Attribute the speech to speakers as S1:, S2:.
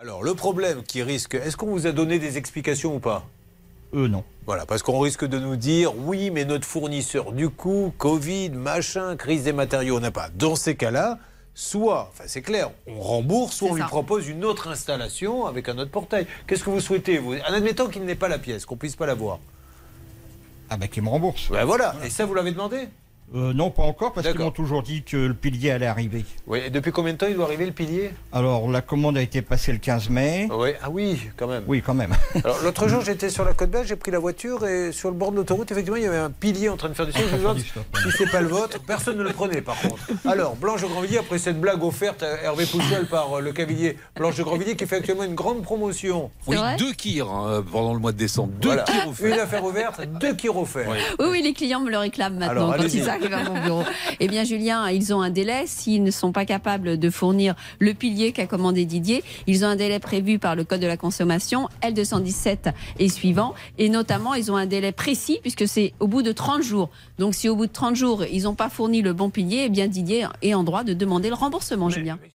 S1: Alors, le problème qui risque. Est-ce qu'on vous a donné des explications ou pas
S2: Eux, non.
S1: Voilà, parce qu'on risque de nous dire oui, mais notre fournisseur, du coup, Covid, machin, crise des matériaux, on n'a pas. Dans ces cas-là, soit, enfin c'est clair, on rembourse, soit on lui
S3: ça.
S1: propose une autre installation avec un autre portail. Qu'est-ce que vous souhaitez, vous En admettant qu'il n'ait pas la pièce, qu'on puisse pas la voir.
S2: Ah bah qu'ils me remboursent.
S1: Ben voilà, et ça, vous l'avez demandé
S2: Euh, non, pas encore, parce qu'ils
S1: D'accord.
S2: m'ont toujours dit que le pilier allait arriver.
S1: Oui, et depuis combien de temps il doit arriver le pilier
S2: Alors, la commande a été passée le 15 mai.
S1: Oui, Ah oui, quand même.
S2: Oui, quand même.
S1: Alors, l'autre jour, j'étais sur la côte belge, j'ai pris la voiture et sur le bord de l'autoroute, effectivement, il y avait un pilier en train de faire du stop. Je me demande
S2: du
S4: Ah,
S2: stop,
S1: si c'est pas le vôtre. Personne ne le prenait, par contre. Alors, Blanche de Grandvilliers, après cette blague offerte à Hervé Pouchol par euh, le cavalier Blanche de Grandvilliers, qui fait actuellement une grande promotion.
S4: Oui,
S3: vrai
S4: deux kirs hein, pendant le mois de décembre. Deux
S1: Voilà.
S4: kirs offerts.
S1: Une affaire ouverte, deux qui offerts.
S4: Oui.
S3: Oui, oui, les clients me le réclament maintenant
S1: Alors,
S3: quand
S1: allez-y.
S3: ils arrivent à mon bureau. Eh bien, Julien, ils ont un délai. S'ils ne sont pas capables de fournir le pilier qu'a commandé Didier, ils ont un délai prévu par le Code de la consommation, L217 et suivant. Et notamment, ils ont un délai précis puisque c'est au bout de 30 jours. Donc, si au bout de 30 jours, ils n'ont pas fourni le bon pilier, eh bien, Didier est en droit de demander le remboursement, Julien.